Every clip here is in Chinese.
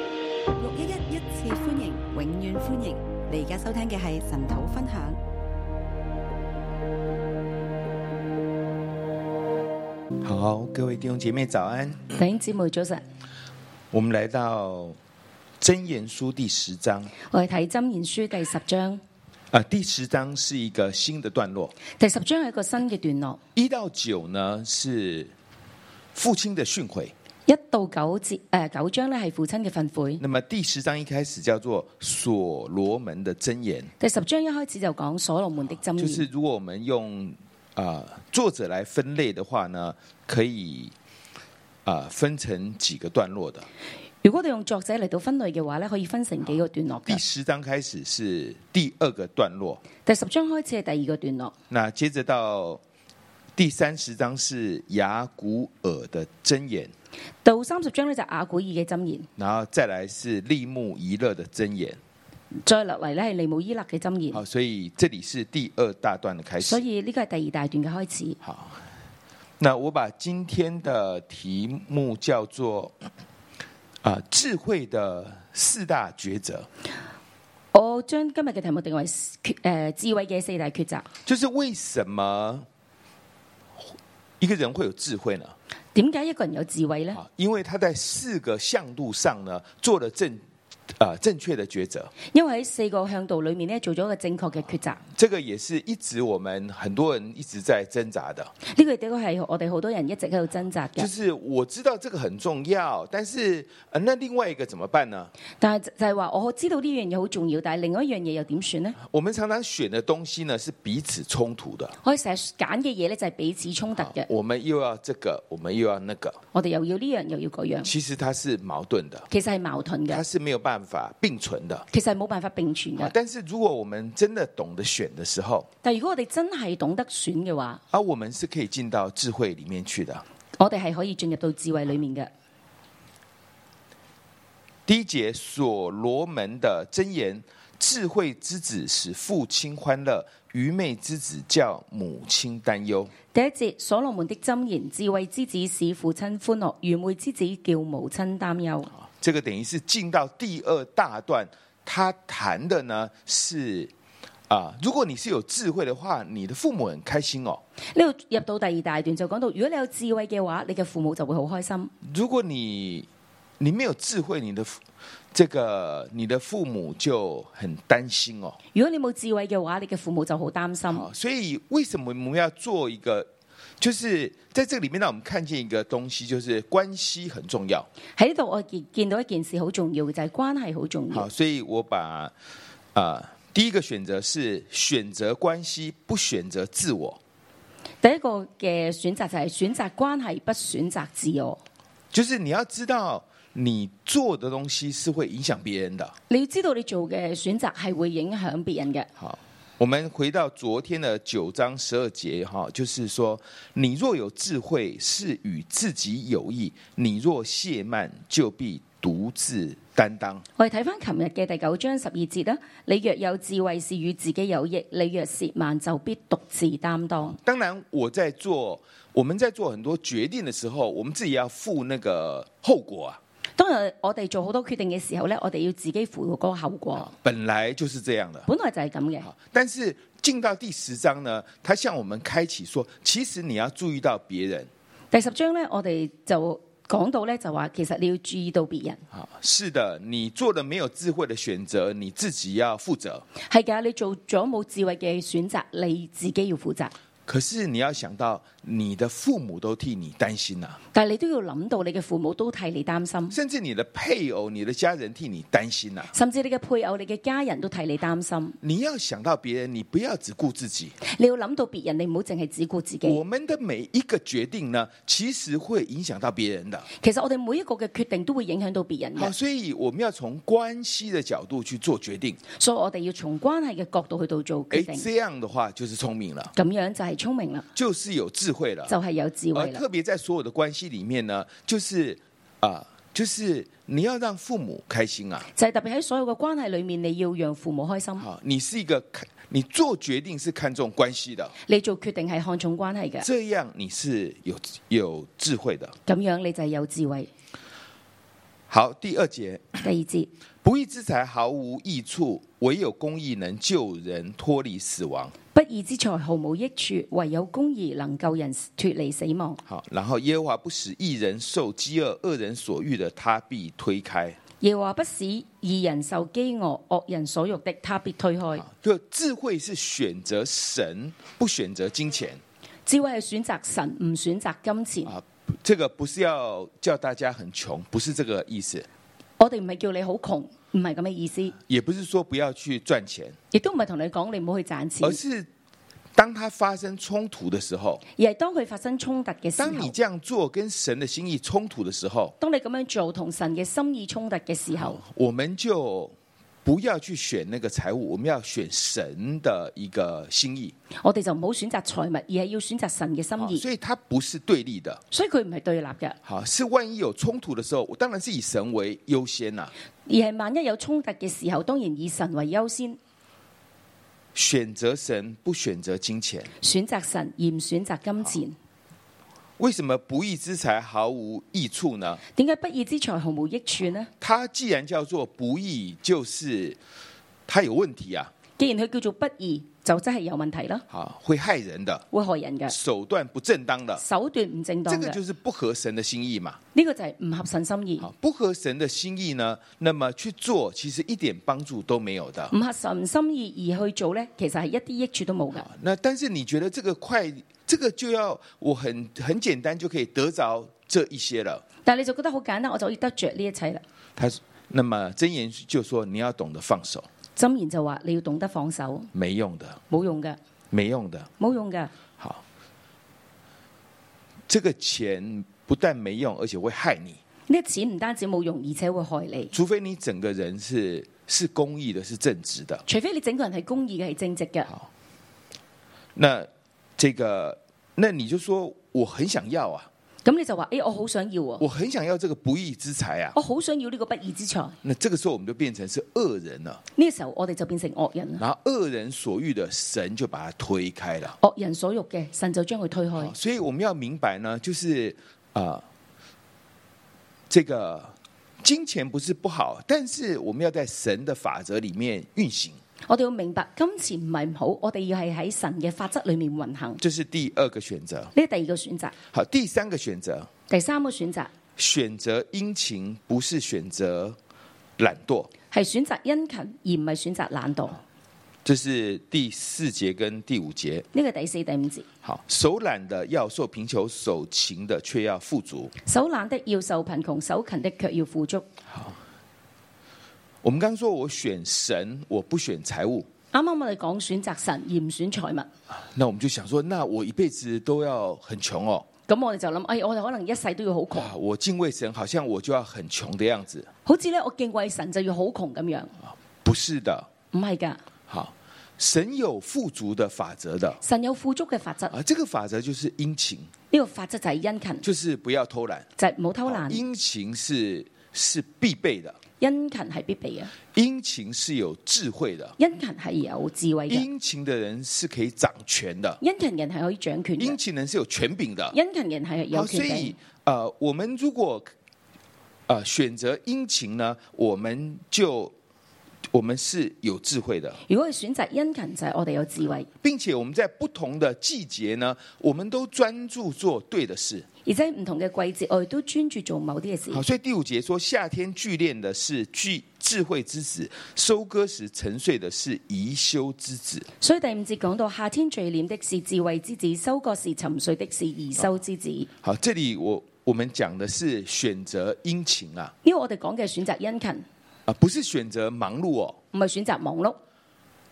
六一一一次歡迎，永遠歡迎！你而家收聽嘅係神土分享。好，各位弟兄姐妹早安。弟兄姊妹早晨，我們來到《箴言書》第十章我哋睇《箴言書》第十章。啊、第十章是一個新的段落，第十章係一個新嘅段落，一到九呢是父親的訓誨。一到九節誒、呃九章咧係父親嘅訓誨。那麼第十章一開始叫做所羅門的箴言，第十章一開始就講所羅門的箴言。就是如果我們用啊、作者來分類的話呢，可以啊、分成幾個段落的。如果我哋用作者嚟到分類嘅話咧，可以分成幾個段落第嘅。十章開始是第二個段落，第十章開始係第二個段落，那接着到第三十章是雅古爾的箴言，到三十章咧就雅古爾嘅箴言，然後再來是利木伊勒的箴言。再落嚟咧係利姆伊勒嘅箴言。好，所以這裡是第二大段的開嗯所始。以呢個係第二大段嘅開始。好，那我把今天的題目叫做 啊、智慧的四大抉擇，我將今日嘅題目定為決誒、呃智慧嘅四大抉擇。就是為什麼一個人會有智慧呢？點解一個人有智慧呢？啊，因為他在四個向度上呢做了正啊、正確的抉擇。因為喺四個向度裏面咧做咗一個正確嘅抉擇。這個也是一直我們很多人一直在掙扎的，呢個亦都係我哋好多人一直喺度掙扎就嘅，是我知道這個很重要，但是呃，那另外一個怎麼辦呢？但係就係話我知道呢樣嘢好重要，但係另外一樣嘢又點算呢？我們常常選的東西呢是彼此衝突的，啊我哋成日揀嘅嘢咧就係彼此衝突嘅，我們又要這個，我們又要那個，我哋又要呢樣又要嗰樣，其實它是矛盾的，其實係矛盾它嘅，是沒有辦法並存的。其實係冇辦法並存啊嘅。但是如果我們真的懂得選的時候，但係如果我哋真係懂得選嘅話，啊，我們是可以進到智慧裡面去的。我哋係可以進入到智慧裡面嘅。第一節，所羅門的箴言：智慧之子使父親歡樂，愚昧之子叫母親擔憂。第一節，所羅門的箴言：智慧之子使父親歡樂，愚昧之子叫母親擔憂。這個等於是進到第二大段，他談的呢是啊、如果你是有智慧的話，你的父母很開心哦；呢度入到第二大段就講到，如果你有智慧嘅話，你嘅父母就會好開心。如果你你沒有智慧，你的父這個你的父母就很擔心哦。如果你冇智慧嘅話，你嘅父母就好擔心。好，啊所以為什麼我們要做一個？就是在這裡面，讓我們看見一個東西，就是關係很重要。喺呢度我見見到一件事好重要嘅就係、關係好重好，要。所以我把啊、第一個選擇是選擇關係，不選擇自我，第一個嘅選擇就係選擇關係，不選擇自我。就是你要知道你做的東西是會影響別人的。你要知道你做嘅選擇係會影響別人嘅。好，我們回到昨天的九章十二節哈，就是說，你若有智慧，是與自己有益；你若懈慢，就必獨自擔當。我哋睇翻琴日嘅第九章十二節啦，你若有智慧是與自己有益，你若褻慢就必獨自擔當。當然，我在做，我們在做很多決定的時候，我們自己要負那個後果啊。當然我哋做好多決定嘅時候呢，我哋要自己負嗰個後果。本來就是這樣的。本來就係咁嘅，好，但是進到第十章呢，他向我們開啟說，其實你要注意到別人，第十章呢，我哋就講到呢，就話其實你要注意到別人。好，是的，你做的沒有智慧的選擇，你自己要負責。係噶，你做咗冇智慧嘅選擇，你自己要負責。可是你要想到，你的父母都替你擔心呐、但係你都要諗到，你嘅父母都替你擔心，甚至你的配偶、你的家人替你擔心呐、甚至你嘅配偶、你嘅家人都替你擔心。你要想到別人，你不要只顧自己。你要諗到別人，你唔好淨係只顧自我己。們的每一個決定呢，其實會影響到別人的。其實我哋每一個嘅決定都會影響到別人好，嘅，所以我們要從關係的角度去做決定。所以我哋要從關係嘅角度去到做哎，決定。這樣的話就是聰明了，咁樣就係聰明啦，就是有智慧了。就係有智而慧啦。特別在所有的關係裡面呢，就是啊、就是你要讓父母開心啊。就係特別喺所有嘅關係裏面，你要讓父母開心。好，你是一個看，你做決定是看重關係的，你做決定係看重關係嘅，這樣你是有有智慧的。咁樣你就係有智慧。好，第二節，第二節，不义之财毫无益处，唯有公义能救人脱离死亡。不義之財毫無益處，唯有公義能救人脱離死亡。好，然后耶和华不使一人受饥饿，恶人所欲的他必推开。耶和華不使義人受飢餓，惡人所欲的他必推開。啊就智慧是选择神，不选择金钱智慧係選擇神，唔選擇金錢。啊。这个不是要叫大家很穷，不是这个意思，我哋唔係叫你好窮，唔係咁嘅意思，也不是说不要去赚钱，亦都唔係同你講你唔好去賺錢而，是当它發生冲突的時候，而係當佢發生衝突嘅時當你候，這樣做跟神的心意冲突的時候，當你咁樣做同神嘅心意衝突嘅時候，我們就不要去選那個財物，我們要選神的一個心意。我哋就唔好選擇財物，而係要選擇神嘅好心意。啊所以它不是對立的。所以佢唔係對立嘅，好，是萬一有冲突的時候，我當然是以神為優先啊啦、而係萬一有衝突嘅時候，當然以神為優先，選擇神，不選擇金錢。選擇神而唔選擇金錢。啊為什麼不義之財毫無益處呢？點解不義之財毫無益處呢？它既然叫做不義，就是它有問題啊，既然佢叫做不義，就真係有問題啦，好，會害人的，會害人嘅，手段不正當的，手段唔正當這個嘅，就呢、是不合神的心意嘛。個就係唔合神心意，好，不合神的心意呢，那麼去做其實一點幫助都沒有的。唔合神心意而去做呢，其實係一啲益處都冇噶。那但是你觉得这個快，這個就要我很很簡單就可以得着這一些了。但係你就覺得好簡單，我就可以得着呢一切啦。他說那麼箴言就說你要懂得放手，箴言就話你要懂得放手，沒用的，冇用嘅，沒用的。冇用嘅。好，這個錢不但沒用，而且會害你，呢啲錢唔單止冇用，而且會害你。除非你整個人是是公義的，是正直的。除非你整個人係公義嘅，係正直嘅。那这个，那你就說我很想要啊，咁你就話：，诶、我好想要喎，我很想要這個不義之財啊。我好想要呢個不義之財。呢、那這個時候我們就變成是惡人了，個時候我哋就變成惡人啦。然後惡人所欲的，神就把它推開了。惡人所欲嘅，神就將佢推開好。哦所以我们要明白呢，就是啊、呃这个金钱不是不好，但是我们要在神的法則裡面運行，我哋要明白金錢唔係唔好，我哋要係喺神嘅法則裏面運行。這是第二個選擇。呢第二個選擇，好，第三個選擇，第三個選擇選擇殷勤，不是選擇懶惰，係選擇殷勤，而唔係選擇懶惰。这是第四節跟第五節。呢個第四、第五節，好，手懶的要受貧窮，手勤的却要富足。手懶的要受貧窮，手勤的卻要富足。我们刚说，我选神，我不選財物。啱啱我哋講選擇神而唔選財物，那我们就想說，那我一輩子都要很窮哦。咁我哋就諗：，哎，我哋可能一世都要好窮。哇，我敬畏神，好像我就要很窮的樣子。好似咧，我敬畏神就要好窮咁樣，不是的，唔係噶。好，神有富足的法則的神有富足嘅法則，呢、啊。這個法則就是殷勤，個法則就係殷勤，就是不要偷懶。就係唔好偷好懶。殷勤是是必備的，殷勤係必備嘅，殷勤是有智慧的，殷勤係有智慧嘅，殷勤的人是可以掌權的，殷勤人係可以掌權殷嘅，勤人是有權柄的。殷勤人係有好，權所柄以。呃，我们如果呃选擇殷勤呢，我們就我們是有智慧的，如果佢選擇殷勤，就係我哋有智慧，并且我们在不同的季節呢，我們都專注做對的事。而且唔同嘅季節，我哋都專注做某啲嘅事好，。所以第五節说，夏天聚練的是聚智慧之子，收割時沉睡的是宜修之子。所以第五節講到夏天聚斂的是智慧之子，收割是沉睡的是宜收之子。呢、好，這裡我我們講的是選擇殷勤啊，個我哋講嘅選擇殷勤，啊，不是選擇忙碌哦。唔係選擇忙碌，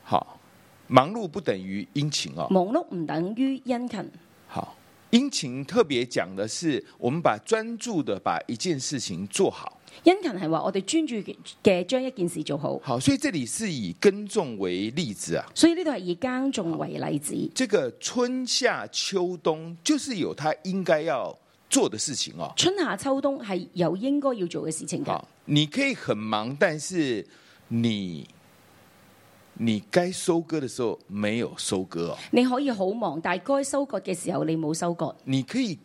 好，忙碌不等於殷勤哦。忙碌唔等於殷勤。好，殷勤特別講的是，我們把專注的把一件事情做好。殷勤係話我哋專注嘅將一件事做好，好，所以這裡是以耕種為例子啊。所以呢度係以耕種為例子。这个春夏秋冬就是有他應該要做的事情哦。春夏秋冬係有應該要做嘅事情㗎好，，你可以很忙，但是你你该收割的時候沒有收割哦。你可以好忙，但係該收割嘅時候你冇收割。你可以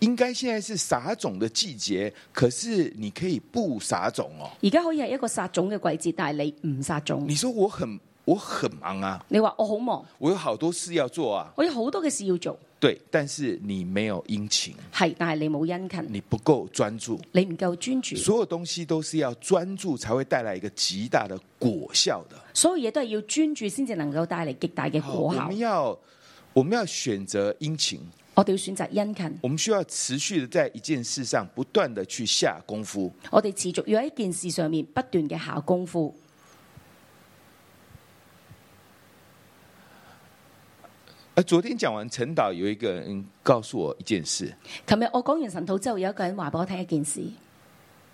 应该现在是撒种的季节，可是你可以不撒种哦。而家可以係一個撒種嘅季節，但係你唔撒種你。说我很我很忙啊，你話我好忙，我有好多事要做啊，我有好多嘅事要做，对，但是你没有殷勤，係，但係你冇殷勤，你不够专注。你唔夠專注，所有东西都是要专注才会带来一个极大的果效的。所有嘢都係要專注先至能夠帶嚟極大嘅好果我效们。要我们要选择殷勤，我哋要選擇殷勤，我们需要持续的在一件事上不断的去下功夫。我哋持續要喺一件事上面不斷嘅下功夫。而呃昨天讲完陈导，有一个人告诉我一件事，琴日我講完神土之後，有一個人話俾我聽一件事，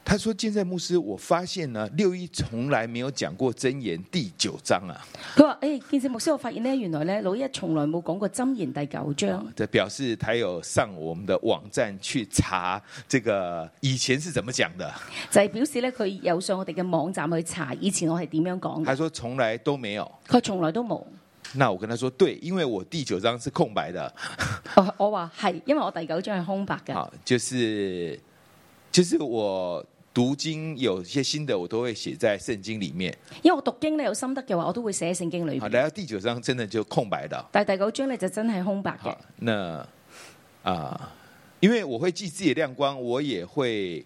他说：“建在牧师，我发现呢，六一从来没有讲过箴言第九章啊，佢話：，诶、建設牧師，我發現呢，原來呢，老一從來冇講過箴言第九章，这表示他有上我们的网站去查这个以前是怎么讲的。就係表示呢，佢有上我哋嘅網站去查以前我係點樣講嘅他，说从来都没有。佢從來都冇。那我跟他说，对，因为我第九章是空白的，我我話係，因為我第九章係空白嘅。好，就是就是我读经有些新的，我都会写在圣经里面。因為我讀經咧有心得嘅話，我都會寫喺聖經裏好，边。来到第九章真的就空白的。但係第九章咧就真係空白嘅好，，那啊、因为我会记自己的亮光，我也会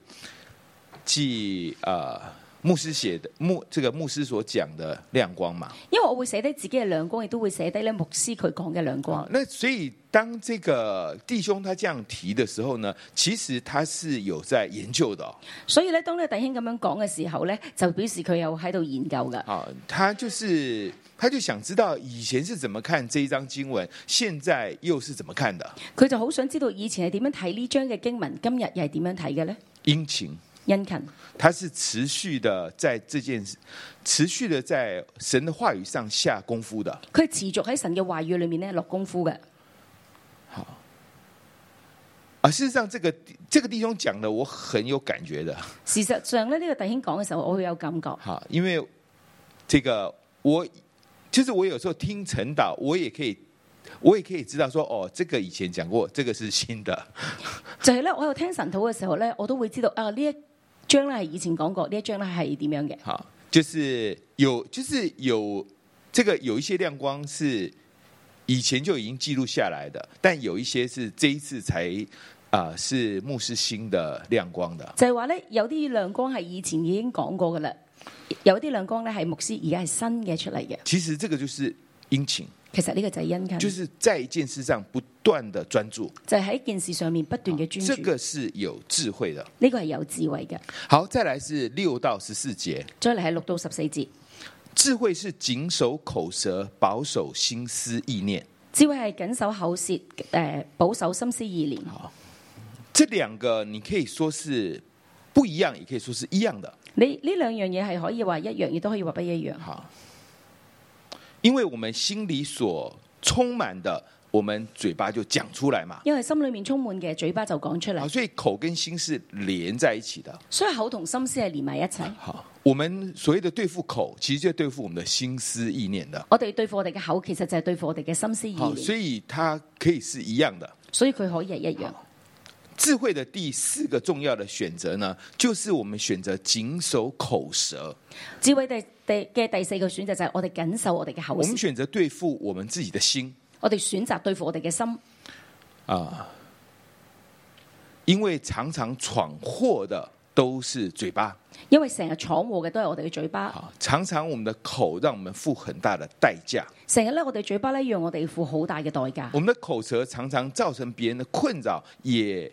记啊、呃牧师写的牧这个牧师所講的亮光嘛。因為我會寫低自己嘅亮光，亦都會寫低咧牧師佢講嘅亮光。那所以当这个弟兄他这样提的时候呢，其实他是有在研究的哦、所以咧，當呢個弟兄咁樣講嘅時候咧，就表示佢有喺度研究噶。啊，他就是他就想知道以前是怎么看这一章经文，现在又是怎么看的？佢就好想知道以前係點樣睇呢章嘅經文，今日又係點樣睇嘅咧？殷勤，殷勤，他是持续的在这件事，持续的在神的话语上下功夫的。佢係持續喺神嘅話語裏面咧落功夫嘅。啊，事实上，这个这个弟兄讲的我很有感觉的，事實上咧，呢、個弟兄講嘅時候，我會有感覺，好，因为这个我就是我有时候听陈导，我也可以。我也可以知道说，哦，这个以前讲过，这个是新的。就係咧，我喺度聽神土嘅時候咧，我都會知道啊呢一章咧係以前講過，呢一章咧係點樣嘅。好，就是有，就是有这个有一些亮光是以前就已经记录下来的，但有一些是这一次才啊、是牧师新的亮光的。就係話咧，有啲亮光係以前已經講過噶啦，有啲亮光咧係牧師而家係新嘅出嚟嘅。其实这个就是殷勤，其實呢個就係殷勤，就就是是在一件事上不断的专注，係喺一件事上面不斷嘅專这注。个是有智慧的。呢個係有智慧嘅。好，再来是六到十四节，再嚟係六到十四節，智慧是谨守口舌，保守心思意念。智慧係緊守口舌，誒、保守心思意念。啊这两个你可以说是不一样，也可以说是一样的。你呢兩樣嘢係可以話一樣，亦都可以話不一樣。好，因为我们心里所充满的，我們嘴巴就講出來嘛。因為心裏面充滿嘅，嘴巴就講出好，嚟，所以口跟心是連在一起的。所以口同心思係連埋一齊。好，我們所謂的對付口，其實就對付我們的心思意念的。我哋對付我哋嘅口，其實就係對付我哋嘅心思意好，念，啊所以它可以是一樣的。所以佢可以係一樣。啊智慧的第四個重要的選擇呢，就是我們選擇謹守口舌，智慧第第嘅第四個選擇就係我哋緊守我哋嘅口我舌們，選擇對付我們自己的心我哋選擇對付我哋嘅心，啊，因為常常闖禍的都是嘴巴。因為成日闖禍嘅都係我哋嘅嘴巴，好，常常我们的口让我们付很大的代价，成日咧我哋嘴巴咧讓我哋付好大嘅代價，我们的口舌常常造成别人的困扰，也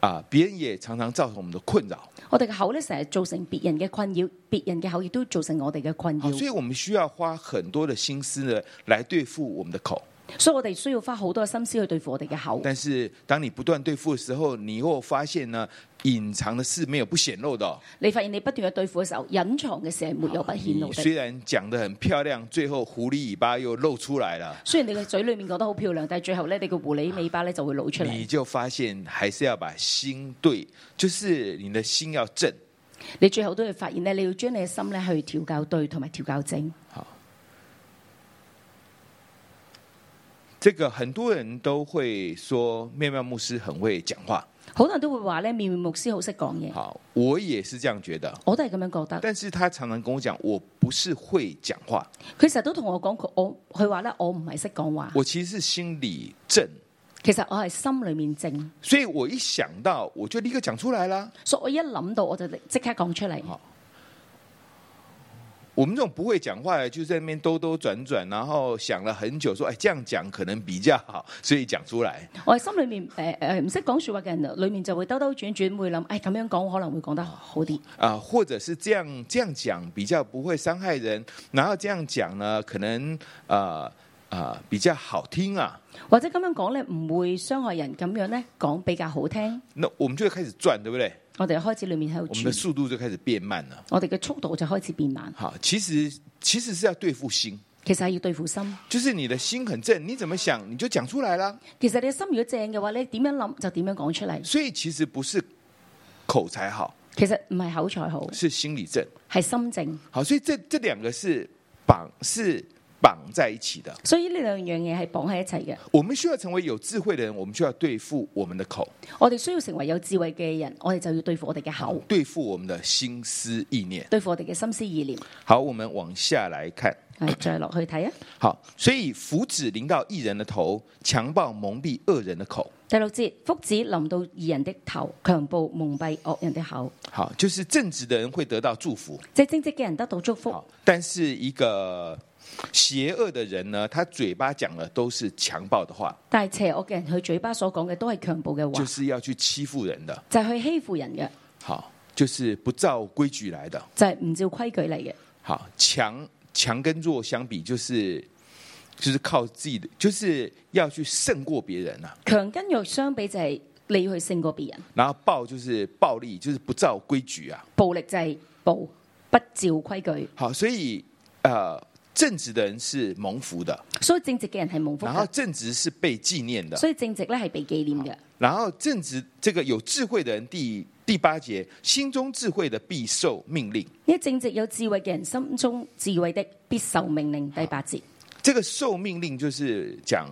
啊，别人也常常造成我们的困扰。我哋嘅口咧成日造成別人嘅困擾，別人嘅口亦都造成我哋嘅困好，所擾，以我们需要花很多的心思呢来对付我们的口。所以我哋需要花好多嘅心思去對付我哋嘅口。但是当你不断对付的时候，你又发现呢，隐藏的事没有不显露的哦、你發現你不斷去對付嘅時候，隱藏嘅事係沒有不顯露你虽的。然讲得很漂亮，最后狐狸尾巴又露出来了，雖然你嘅嘴裏面講得好漂亮，但係最後咧，你嘅狐狸尾巴咧就會露出啊你嚟。就发现还是要把心对，就是你的心要正。你最後都會發現咧，你要將你嘅心咧去調教對同埋調教正。这这个很多人都会说面面牧师很会讲话，好多人都會話咧，妙妙牧師好識講嘢，好，我也是这样觉得。我都係咁樣覺得。但是他常常跟我讲，我不是会讲话，佢成日都同我講，佢我佢話咧，我唔係識講話，我其实是心理正，其實我係心裏面靜，所以我一想到我就立刻讲出来啦。所以我一諗到我就即刻講出嚟。好我们这种不会讲话的，就在那边兜兜转转，然后想了很久，说：“哎，这样讲可能比较好。”所以讲出来。我係心裏面誒誒唔識講説話嘅人，裏面就會兜兜轉轉，會諗，誒、咁樣講可能會講得好啲，啊、或者是这样这样讲比较不会伤害人，然后这样讲呢，可能呃呃比较好听啊。或者咁樣講咧唔會傷害人，咁樣咧講比較好聽。那我们就会开始转，对不对？我哋開始裏面喺度我们的轉，速度就开始变慢了。我哋嘅速度就開始變慢。好，其实其实是要对付心，其實係要對付心。就是你的心很正，你怎么想你就讲出来啦。其實你嘅心如果正嘅話，你點樣諗就點樣講出嚟。所以其实不是口才好，其實唔係口才好，是心理正。係心靜。好，所以这这两个是绑是绑在一起的。所以呢兩樣嘢係綁喺一齊嘅。我们需要成为有智慧的人，我们就要对付我们的口，我哋需要成為有智慧嘅人，我哋就要對付我哋嘅口，对付我们的心思意念。對付我哋嘅心思意念。好，我们往下来看。係再落去睇啊，好，所以福祉临到一人的头，强暴蒙蔽恶人的口。第六節，福子臨到義人的頭，強暴蒙蔽惡人的口。好，就是正直的人会得到祝福，即係正直嘅人得到祝福，好，但是一个邪恶的人呢，他嘴巴讲的都是强暴的话，但係邪惡嘅人佢嘴巴所講嘅都係強暴嘅就話，是要去欺负人的。就係去欺負人嘅，好，就是不照规矩来的。就係唔照規矩嚟嘅。好，强强跟弱相比，就是就是靠自己的，就是要去胜过别人啊。強跟弱相比就係你要去勝過別人，然后暴就是暴力，就是不照规矩啊。暴力就係暴，不照規矩。好，所以呃，正直的人是蒙福的，所以正直嘅人係蒙福然后嘅，正直是被纪念的，所以正直咧係被紀念嘅。然后正直这个有智慧的人第第八节，心中智慧的必受命令。因為正直有智慧嘅人心中智慧的必受命令。第八節，这个受命令就是讲，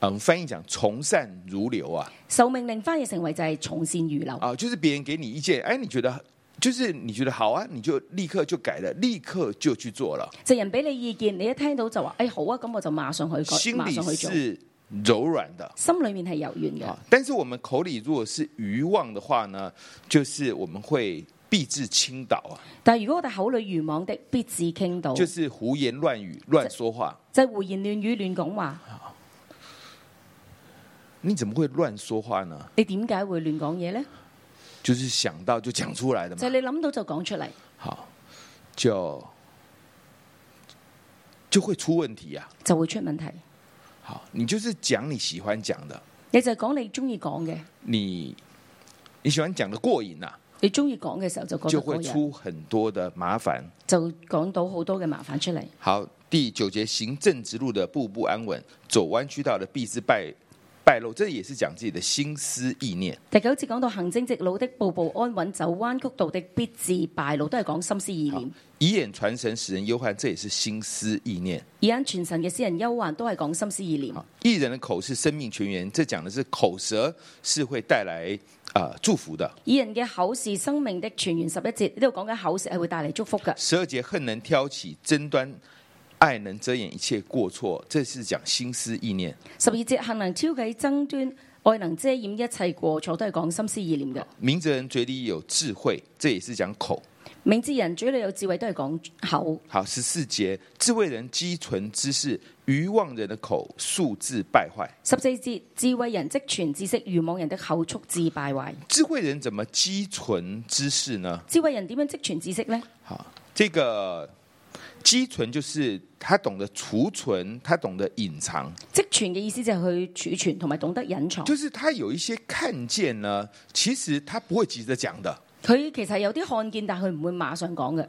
嗯，翻译讲从善如流啊，受命令翻譯成為就係從善如流，啊，就是别人给你意见，哎，你觉得就是你觉得好啊，你就立刻就改了，立刻就去做了，就人俾你意見，你一聽到就話：，哎好啊，咁我就馬上去改，心馬里上去做。是柔软的。心裏面係柔軟嘅啊，，但是我们口里如果是愚妄的话呢，就是我们会必致倾倒啊，但係如果我哋口裏愚妄的，必致傾倒，就就是胡言乱语、乱说话。係胡言亂語、亂講話。你怎么会乱说话呢？你點解會亂講嘢呢？就是想到就讲出来的就係嘛。你諗到就講出嚟，好，就就会出问题啊。就會出問題。好，你就是讲你喜欢讲的，你就係講你中意講嘅，你你喜欢讲的过瘾啊，你中意講嘅時候就覺就得嗰会人出很多的麻烦。就講到好多嘅麻煩出嚟。好，第九节，行正直路的步步安稳，走弯曲道的必是败败露。这也是讲自己的心思意念。第九節講到行政直路的步步安穩，走彎曲道的必致敗露，都係講心思意念。以眼传神，使人忧患，这也是心思意念。而眼全神嘅詩人憂患都係講心思意念。好，一啊人的口是生命泉源，这讲的是口舌是会带来呃祝福的。以人嘅口是生命的泉源，十一節呢度講緊口舌係會帶嚟祝福嘅。十二节，恨能挑起争端，爱能遮掩一切过错，这是讲心思意念。十二節行能挑起爭端，愛能遮掩一切過錯，都係講心思意念嘅。明哲人嘴里有智慧，这也是讲口。明智人嘴裏有智慧，都係講口。好，十四节，智慧人积存知识，愚妄人的口数字败坏。十四節智慧人積存知識，愚妄人的口速致敗壞。智慧人怎么积存知识呢？智慧人點樣積存知識呢？好，这个积存就是他懂得储存，他懂得隐藏，積存嘅意思就係去儲存同埋懂得隱藏。就是他有一些看见呢，其实他不会急着讲的，佢其實有啲看見，但佢唔會馬上講嘅，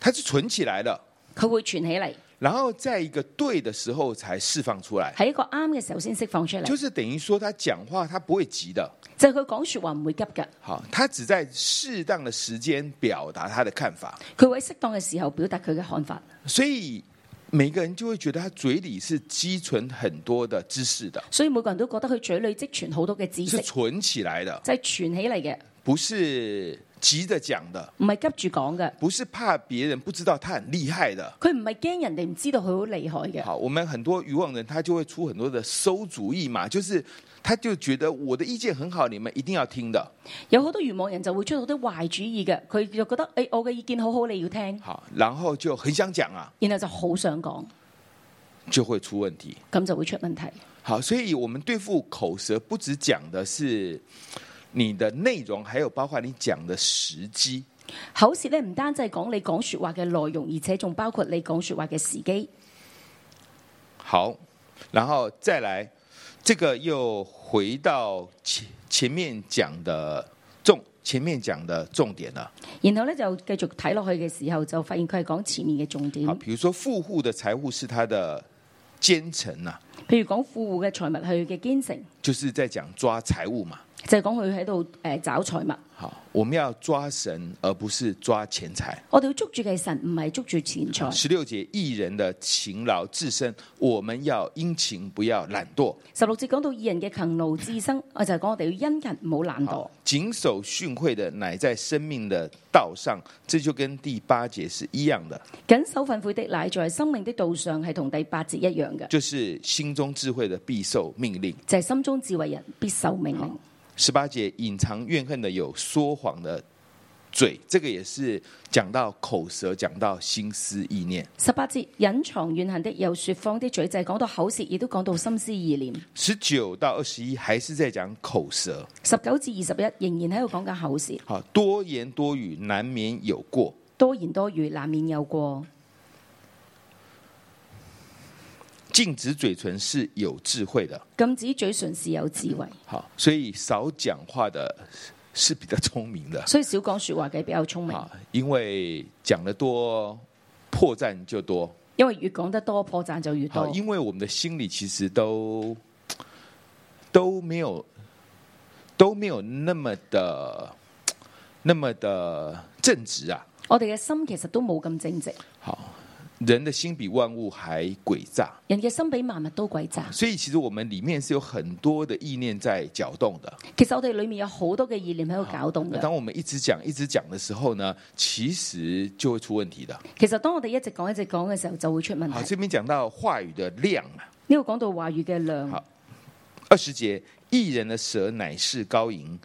他是存起来的，佢會存起嚟，然后在一个对的时候才释放出来。喺一個啱嘅時候先釋放出嚟。就是等于说，他讲話他不会急的，就係佢講说話唔會急嘅，好，他只在适当的时间表达他的看法。佢會喺適當嘅時候表達佢嘅看法。所以每个人就会觉得他嘴里是积存很多的知识的，所以每個人都覺得佢嘴裏積存好多嘅知識是，存起来的，就係存起嚟嘅，不是急着讲的，唔係急住講嘅。不是怕别人不知道他很厉害的。佢唔係驚人哋唔知道佢好厲害嘅，好，我们很多愚妄人，他就会出很多的馊主意嘛，就是他就觉得我的意见很好，你们一定要听的。有好多愚妄人就會出好多壞主意嘅，佢就覺得誒、哎我嘅意見好好，你要聽，好，然后就很想讲啊，然後就好想講，就会出问题。咁就會出問題。好，所以我们对付口舌，不只讲的是你的内容，还有包括你讲的时机。口舌咧唔單止係講你講説話嘅內容，而且仲包括你講説話嘅時機。好，然后再来，这个又回到前前面讲的重，前面讲的重点了。然後咧就繼續睇落去嘅時候，就發現佢係講前面嘅重點好，，比如说富户的财富是他的奸臣啊呐、譬如講富戶嘅財物佢嘅堅誠，就是在讲抓财物嘛。就係講佢喺度誒找財物。好，我们要抓神，而不是抓钱财。我哋要捉住嘅係神，唔係捉住錢財。十六节，艺人的勤劳自身，我们要殷勤，不要懒惰。十六節講到二人嘅勤勞自生，我就係講我哋要殷勤，唔好懶惰好。，谨守训诲的乃在生命的道上，这就跟第八节是一样的，緊守訓悔的乃在生命的道上，係同第八節一樣嘅，就是心中智慧的必受命令。就係、心中智慧人必受命令。十八节，隐藏怨恨的有说谎的嘴，这个也是讲到口舌，讲到心思意念。十八節隱藏怨恨的，有説謊的嘴，就係講到口舌，亦都講到心思意念。十九到二十一还是在讲口舌，十九至二十一仍然喺度講緊口舌，好多言多语难免有过。多言多語難免有過。禁止嘴唇是有智慧的，禁止嘴唇是有智慧，好，所以少讲话的是比较聪明的，所以少講説話嘅比較聰明，好，因为讲得多破绽就多，因為越講得多破綻就越好，多。因为我们的心里其实都都没有都没有那么的那么的正直啊，我哋嘅心其實都冇咁正直，好，人的心比万物还诡诈。人嘅心比萬物都鬼詐。所以其实我们里面是有很多的意念在搅动的。其實我哋裡面有好多嘅意念喺度搞動那嘅。当啊我们一直讲、一直讲的时候呢，其实就会出问题的。其實當我哋一直講一直講嘅時候，就會出問好，題。这边讲到话语的量啊，呢度講到話語嘅量好，二十节，一人的舌乃是高淫，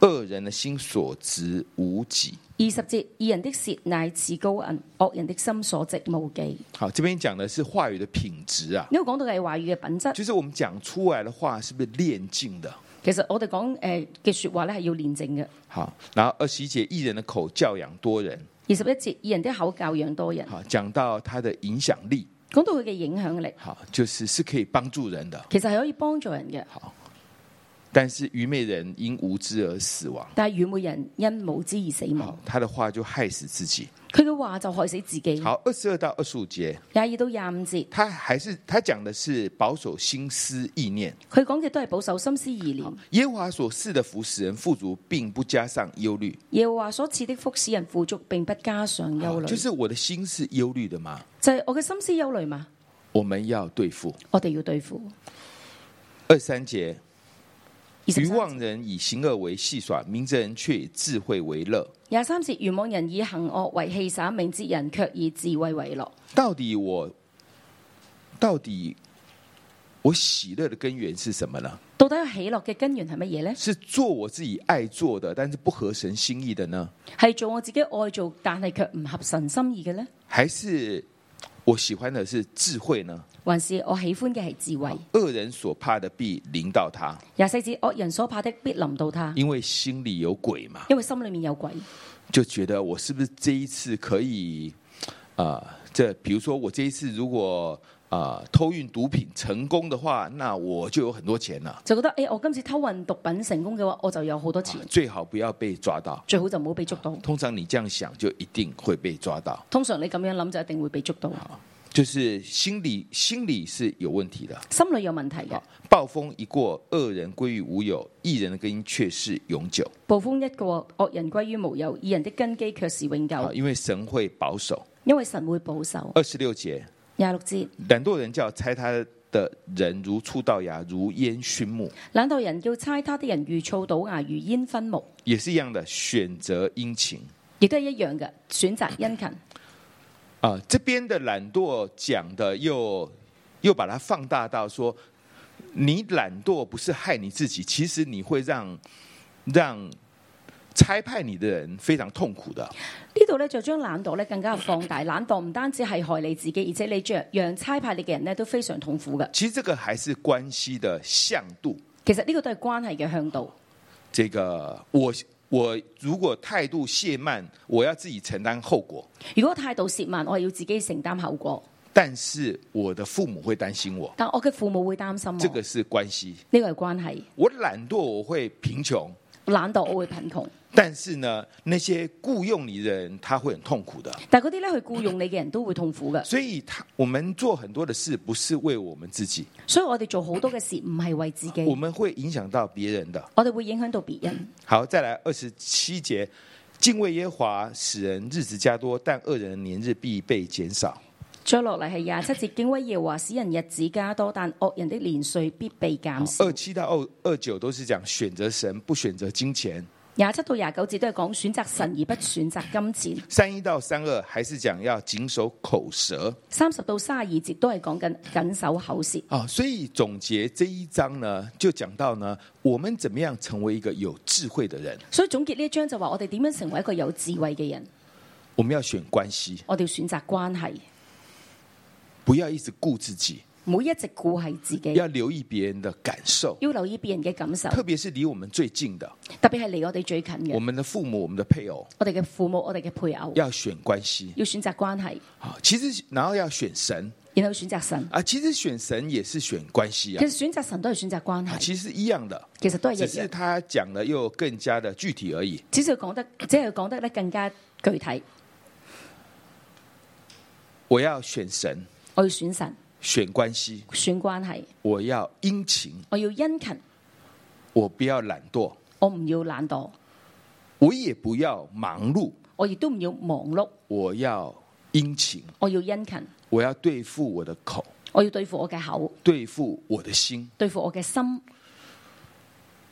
恶人的心所执无己。二十節，二人的舌乃似高銀，惡人的心所值無忌。呢好，这边讲的是话语的品质啊，度講到嘅係話語嘅品質。就是我们讲出来的话是不是炼净的？其實我哋講誒嘅説話咧係要練正嘅。好，然后二十一节，一人的口教养多人，二十一節，二人的口教養多人，好，讲到他的影响力，講到佢嘅影響力，好，就是是可以帮助人的。其實係可以幫助人嘅。但是愚昧人因无知而死亡，但係愚昧人因無知而死好亡，，他的话就害死自己。佢嘅話就害死自己。好，二十二到二十五节，廿二到廿五節，他还是他讲的是保守心思意念。佢講嘅都係保守心思意念。耶和华所赐的福使人富足，并不加上忧虑。耶和華所賜的福使人富足，並不加上憂慮。就是我的心是忧虑的嘛，就係我嘅心思憂慮嘛，我们要对付。我哋要對付。二三节，二十愚三妄人以行恶为戏耍，明哲人却以智慧为乐。廿三節，愚妄人以行惡為戲耍，明哲人卻以智慧為樂。到底我，到底我喜乐的根源是什么呢？到底喜樂嘅根源係乜嘢呢？是做我自己爱做的，但是不合神心意的呢？係做我自己愛做，但係卻唔合神心意嘅呢？还是我喜欢的是智慧呢？還是我喜歡嘅係智慧？恶人所怕的必临到他，廿四節，惡人所怕的必臨到他，因为心里有鬼嘛，因為心裏面有鬼。就觉得我是不是这一次可以，呃，这比如说我这一次如果呃偷运毒品成功的话，那我就有很多钱了，就覺得誒、哎我今次偷運毒品成功嘅話，我就有好多錢，最好不要被抓到。最好就唔好被捉到。通常你这样想，就一定会被抓到，通常你咁樣諗就一定會被捉到，就是心理心理是有问题的。心裏有問題嘅好。，暴风一过，恶人归于无有，一人的根却是永久。暴風一過，惡人歸於無有，二人的根基卻是永好，久，因为神会保守。因為神會保守。二十六节，廿六節，懒惰人叫猜他的人如触到牙，如烟熏目，懶惰人要猜他的人如醋倒牙，如煙熏目，也是一样的选择殷勤亦都係一樣嘅選擇殷勤。啊、这边的懒惰讲的又又把它放大到说，你懒惰不是害你自己，其实你会让让差派你的人非常痛苦的。呢度咧就將懶惰咧更加放大，懶惰唔單止係害你自己，而且你着讓差派你嘅人咧都非常痛苦嘅。其实这个还是關係的向度。其實呢個都係關係嘅向度。这个我我如果态度懈慢，我要自己承担后果，如果態度涉慢，我係要自己承擔後果，但是我的父母会担心我，但我嘅父母會擔心我。这个是關係。呢個係關係，我懒惰，我會贫穷，懶惰我會貧窮，但是呢，那些雇佣你的人他会很痛苦的。但係嗰啲咧去僱用你嘅人都會痛苦嘅。所以他我们做很多的事，不是为我们自己，所以我哋做好多嘅事唔係為自我己，们会影响到别人的。我哋會影響到別人。好，再来二十七节，敬畏耶和华使人日子加多，但恶人的年日必被减少。再落嚟係廿七節，敬畏耶和華使人日子加多，但惡人的年歲必被減少二。七到二二九都是讲选择神，不选择金钱；廿七到廿九節都係講選擇神而不選擇金錢。三一到三二还是讲要谨守口舌三十到三十二節都係講緊緊守口舌。啊、所以总结这一章呢，就讲到呢，我们怎么样成为一个有智慧的人？所以總結呢一章就話，我哋點樣成為一個有智慧嘅人？我们要选关系，我哋要選擇關係，不要一直顾自己，唔好一直顧係自己，要留意别人的感受，要留意別人嘅感受，特别是离我们最近的，特別係離我哋最近我嘅，们的父母、我们的配偶，我哋嘅父母、我哋嘅配偶，要选关系。要選擇關係，好，其实然后要选神然後選擇神。啊，其实选神也是选关系其啊，實選擇神都係選擇關啊係，其实一样的，其實都係一只是樣，他讲的又更加的具体而已。只是講得，只係講得咧更加具體。我要选神，我要選神，选关系，選關係，我要殷勤，我要殷勤，我不要懒惰，我唔要懶惰，我也不要忙碌，我亦都唔要忙碌，我要殷勤，我要殷勤，我要对付我的口，我要對付我嘅口，对付我的心對付我嘅心。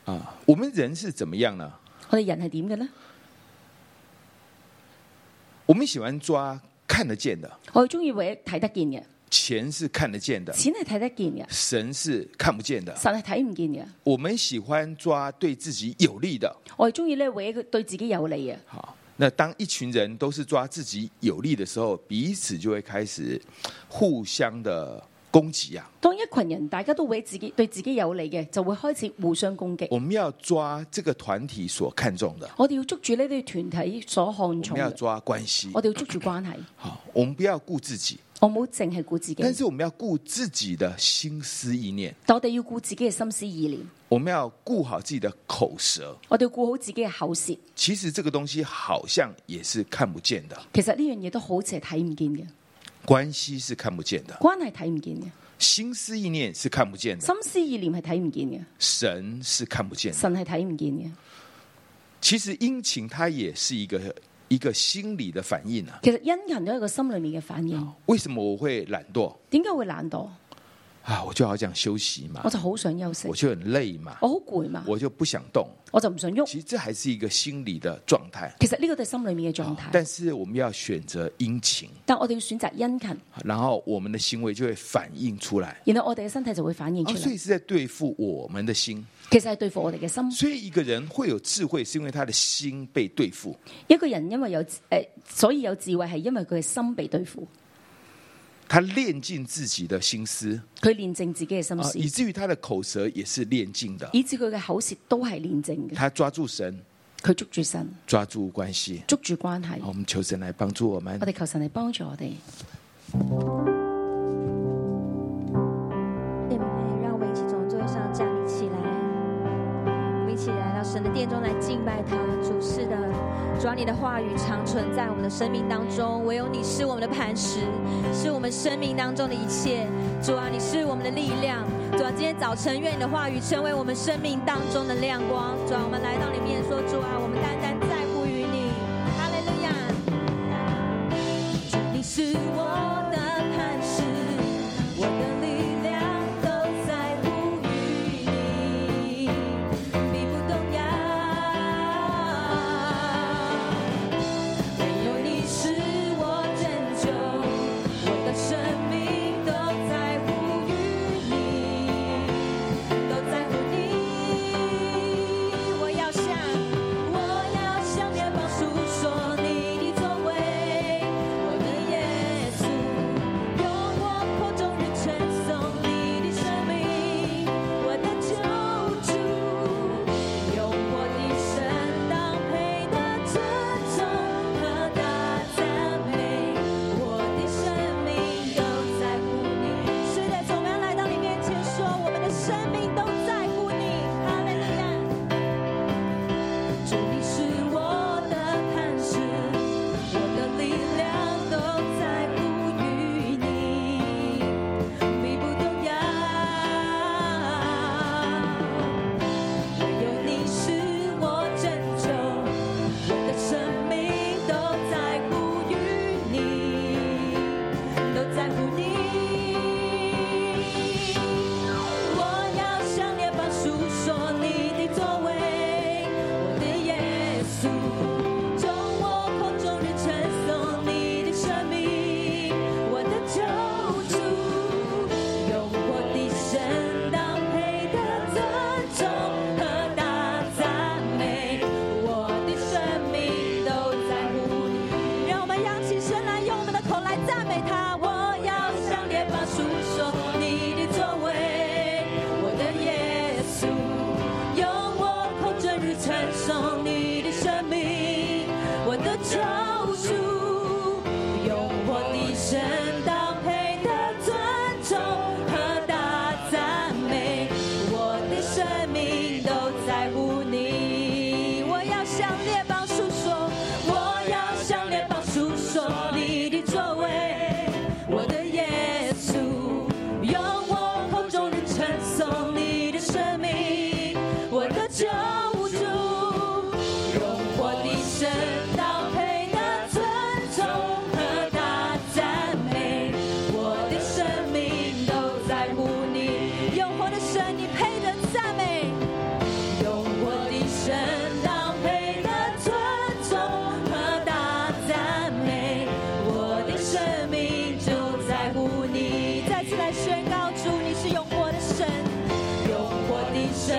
啊！我们人是怎么样呢？我哋人係點嘅呢？我们喜欢抓看得见的，我哋中意為睇得見嘅，钱是看得见的，錢係睇得見嘅，神是看不见的。神係睇唔見嘅。我们喜欢抓对自己有利的，我哋中意咧為佢對自己有利嘅。好，那当一群人都是抓自己有利的时候，彼此就会开始互相的攻击啊。當一群人大家都為自己對自己有利嘅，就會開始互相攻擊。我们要抓这个团体所看重的，我哋要捉住呢啲團體所看我重们要嘅，抓关系。我哋要捉住關係。好，我们不要顾自己，我冇淨係顧自己，但是我们要顾自己的心思意念，但我哋要顧自己嘅心思意念，我们要顾好自己的口舌。我哋要顧好自己嘅口舌。其实这个东西好像也是看不见的，其實呢樣嘢都好似係睇唔見嘅，关系是看不见的，關係睇唔見嘅，心思意念是看不见的，心思意念係睇唔見嘅，神是看不见的。神係睇唔見嘅。其实殷勤它也是一个一个心理的反应啊。其實殷勤都係一個心裏面嘅反應。为什么我会懒惰點解會懶惰？啊？我就好想休息嘛我，就哦好想休息我，就很累嘛，我好攰嘛，我就不想动。我就唔想喐。其实这还是一个心理的状态，啊其實呢個都係心裏面嘅狀態，但是我们要选择殷勤，但我哋要選擇殷勤，然后我们的行为就会反映出来。然後我哋嘅身體就會反應出哦，所嚟。以是在对付我们的心。其實係對付我哋嘅心。所以一个人会有智慧，是因为他的心被对付。一個人因為有诶、所以有智慧係因為佢嘅心被對付，他练尽自己的心思佢練正自己嘅心啊，以思，至于他的口舌也是练尽的。以至佢嘅口舌都係練正嘅。他抓住神，佢捉住神，抓住关系，捉住關係好，。我们求神来帮助我们我。哋求神嚟幫助我哋。弟兄们，让我们一起从座位上站立起来，我们一起来到神的殿中来敬拜他。主是的，主啊，你的话语长存在我们的生命当中，唯有你是我们的磐石，是我们生命当中的一切。主啊，你是我们的力量。主啊，今天早晨，愿你的话语成为我们生命当中的亮光。主啊，我们来到你面前说，主啊，我们单单在乎于你。哈利路亚。你是我的磐石，宣告主，你是永活的神，用我的神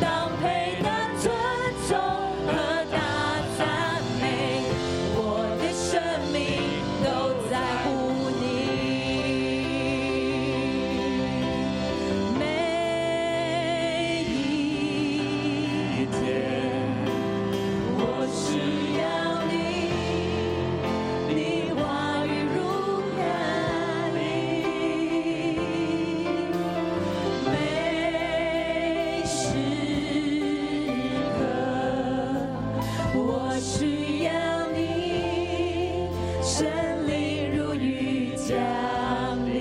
当配得尊崇和大赞美，我的生命都在乎你。每一天，我需要你，你话语如甘霖。每时刻，我需要你，神灵如雨降临。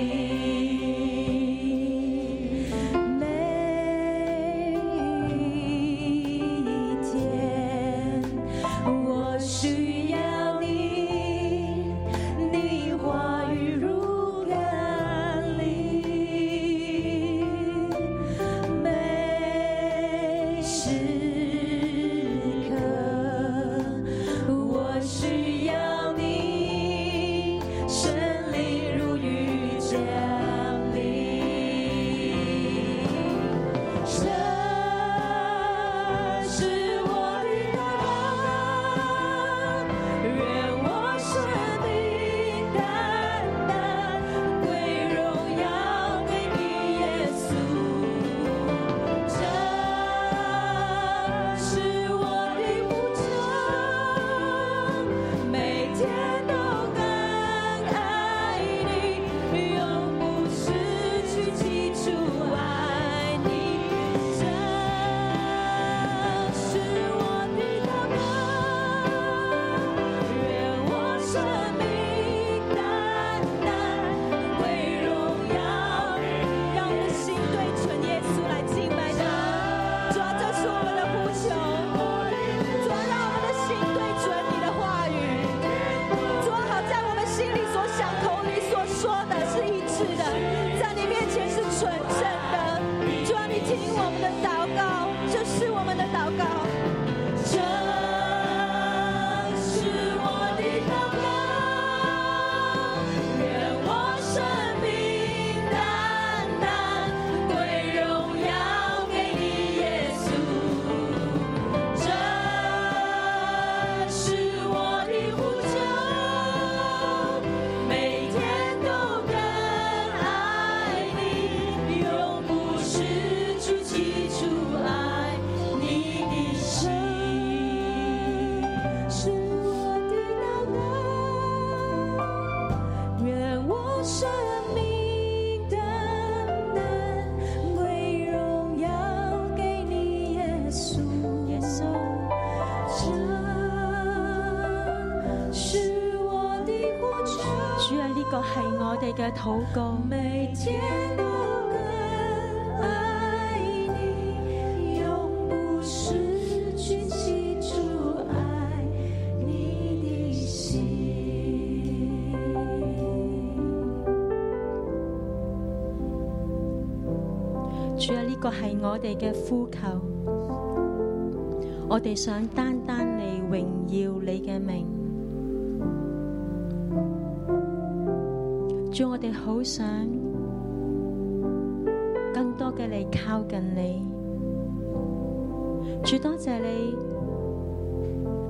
每一天，我需要你，你话语如甘霖。每时刻，我需要你，神灵如雨降临。这是我的答案，愿我生命淡淡归荣耀给你，耶稣。这是我的呼召，每天都更爱你，永不失去基础爱你。这是我的答案，愿我生命淡淡归荣耀。让我们的心对准耶稣来敬拜他。主啊，这是我们的呼求。主啊，让我们的心对准你的话语。主啊，好在我们心里所想、口里所说的是一致的，在你面前是纯正的。主啊，你听我们的祷告，这是我们的祷告。这是我的祷告，愿我生命淡淡归荣耀给你，耶稣。这是我的呼召，每天都更爱你，永不失去起初爱你的心。是我的祷告，愿我生命单单归荣耀给你，耶稣。这是我的呼召，主啊，呢个系我哋嘅祷告。每天都更爱你，永不失去记住爱你的心。主啊，呢个系我哋嘅呼求，我哋想单单你荣耀你嘅名。主，我哋好想更多嘅嚟靠近你。主，多谢你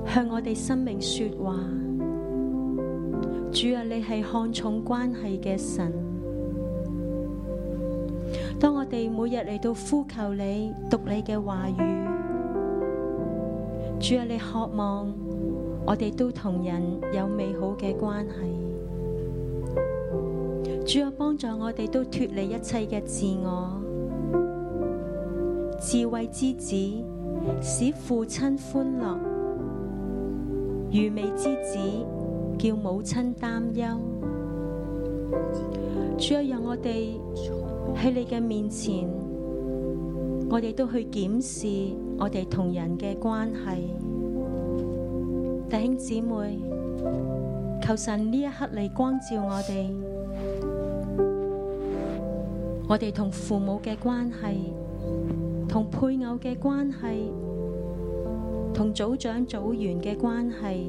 向我哋生命说话。主啊，你系看重关系嘅神。当我哋每日嚟到呼求你，读你嘅话语，主啊，你渴望我哋都同人有美好嘅关系。主啊，帮助我哋都脱离一切嘅自我，智慧之子使父亲欢乐，愚昧之子叫母亲担忧。主啊，让我哋。喺你嘅面前，我哋都去檢視我哋同人嘅關係。弟兄姊妹，求神呢一刻嚟光照我哋，我哋同父母嘅關係，同配偶嘅關係，同組長組員嘅關係，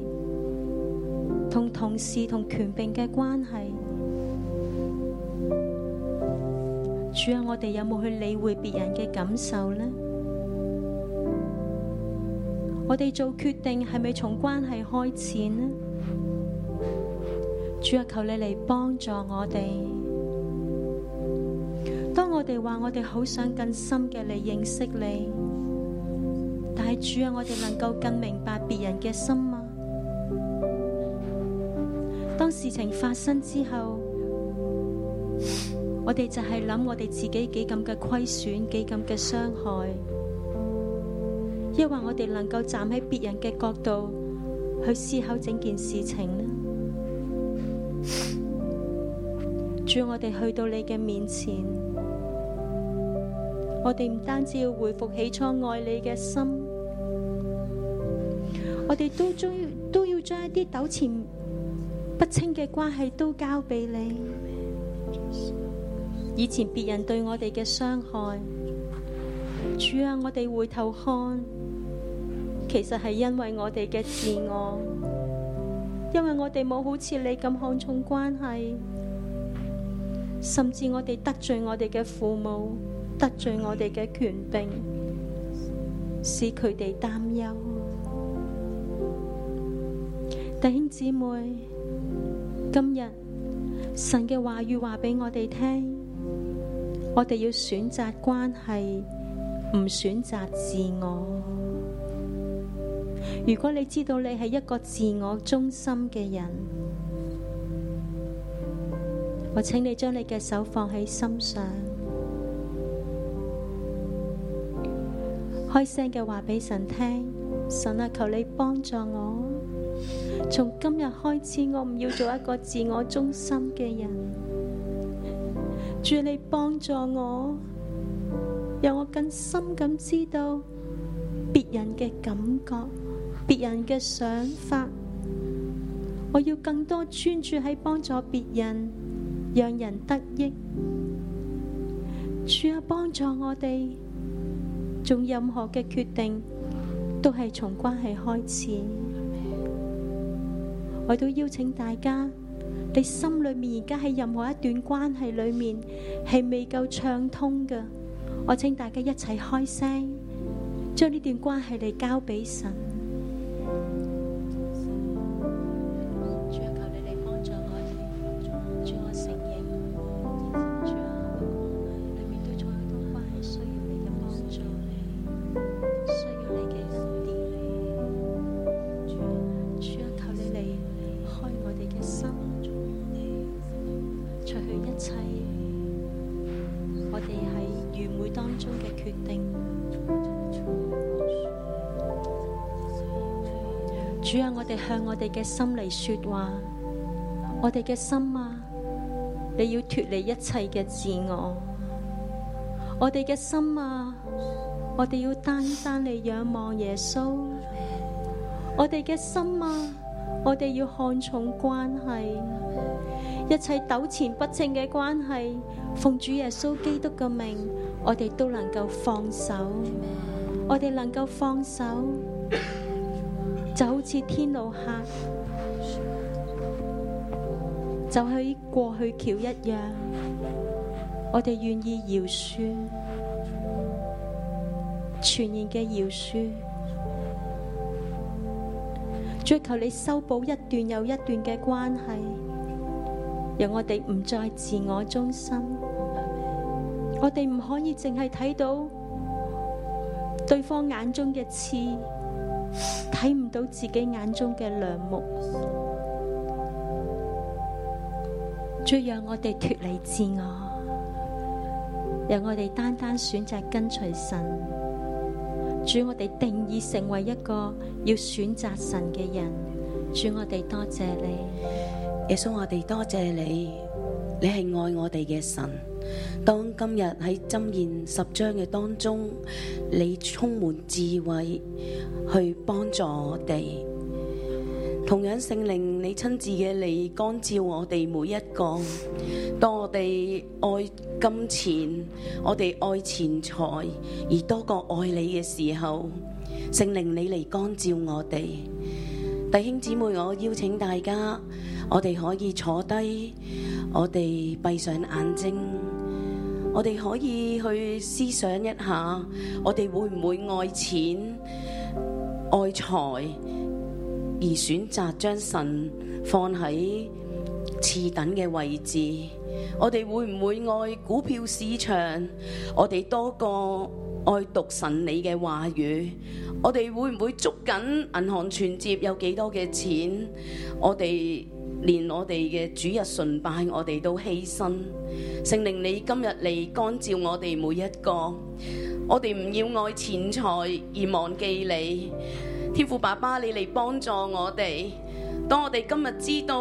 同同事同權柄嘅關係。主啊，我哋有冇去理會別人嘅感受呢？我哋做決定係咪從關係開始呢？主啊，求你嚟幫助我哋。當我哋話我哋好想更深嘅嚟認識你，但係主啊，我哋能夠更明白別人嘅心嗎？當事情發生之後，我哋就係諗我哋自己幾咁嘅虧損，幾咁嘅傷害，抑或我哋能夠站喺別人嘅角度去思考整件事情呢？主，我哋去到你嘅面前，我哋唔單止要回復起初愛你嘅心，我哋都終於都要將一啲糾纏不清嘅關係都交俾你。以前別人對我哋嘅傷害，主啊，我哋回頭看，其實係因為我哋嘅自我，因為我哋冇好似你咁看重關係，甚至我哋得罪我哋嘅父母，得罪我哋嘅權柄，使佢哋擔憂。弟兄姊妹，今日神嘅話語話俾我哋聽。我哋要選擇關係，唔選擇自我。如果你知道你係一個自我中心嘅人，我請你將你嘅手放喺心上，開聲嘅話俾神聽，神啊，求你幫助我。從今日開始，我唔要做一個自我中心嘅人。主你幫助我，讓我更深咁知道別人嘅感覺、別人嘅想法。我要更多專注喺幫助別人，讓人得益。主啊，幫助我哋，做任何嘅決定都係從關係開始。我都邀請大家。你心裏面而家喺任何一段關係裏面係未夠暢通嘅，我請大家一齊開聲，將呢段關係嚟交俾神。主啊，求你嚟幫助我哋，主我承認，主啊，我裏面都仲有好多關係需要你嘅幫助，需要你嘅恩典，主啊，求你嚟開我哋嘅心。除去一切我哋喺愚昧當中嘅決定。主啊，我哋向我哋嘅心嚟說話，我哋嘅心啊，你要脫離一切嘅自我。我哋嘅心啊，我哋要單單嚟仰望耶穌。我哋嘅心啊，我哋要看重關係。一切糾纏不清嘅關係，奉主耶穌基督嘅名，我哋都能夠放手，我哋能夠放手，就好似天路客，就喺過去橋一樣，我哋願意饒恕，全然嘅饒恕，追求你修補一段又一段嘅關係。讓我哋唔再自我中心，我哋唔可以淨係睇到對方眼中嘅刺，睇唔到自己眼中嘅梁木。主讓我哋脫離自我，讓我哋單單選擇跟隨神。主，我哋定義成為一個要選擇神嘅人。主，我哋多謝你。耶穌，我哋多謝你，你係愛我哋嘅神。當今日喺箴言十章嘅當中，你充滿智慧去幫助我哋。同樣聖靈，你親自嘅嚟光照我哋每一個。當我哋愛金錢，我哋愛錢財而多過愛你嘅時候，聖靈你嚟光照我哋。弟兄姊妹，我邀請大家。我哋可以坐低，我哋閉上眼睛，我哋可以去思想一下，我哋會唔會愛錢、愛財而選擇將神放喺次等嘅位置？我哋會唔會愛股票市場？我哋多過愛讀神理嘅話語？我哋會唔會捉緊銀行存摺有幾多嘅錢？我哋連我哋嘅主日崇拜，我哋都犧牲。聖靈，你今日嚟光照我哋每一個，我哋唔要愛錢財而忘記你。天父爸爸，你嚟幫助我哋。當我哋今日知道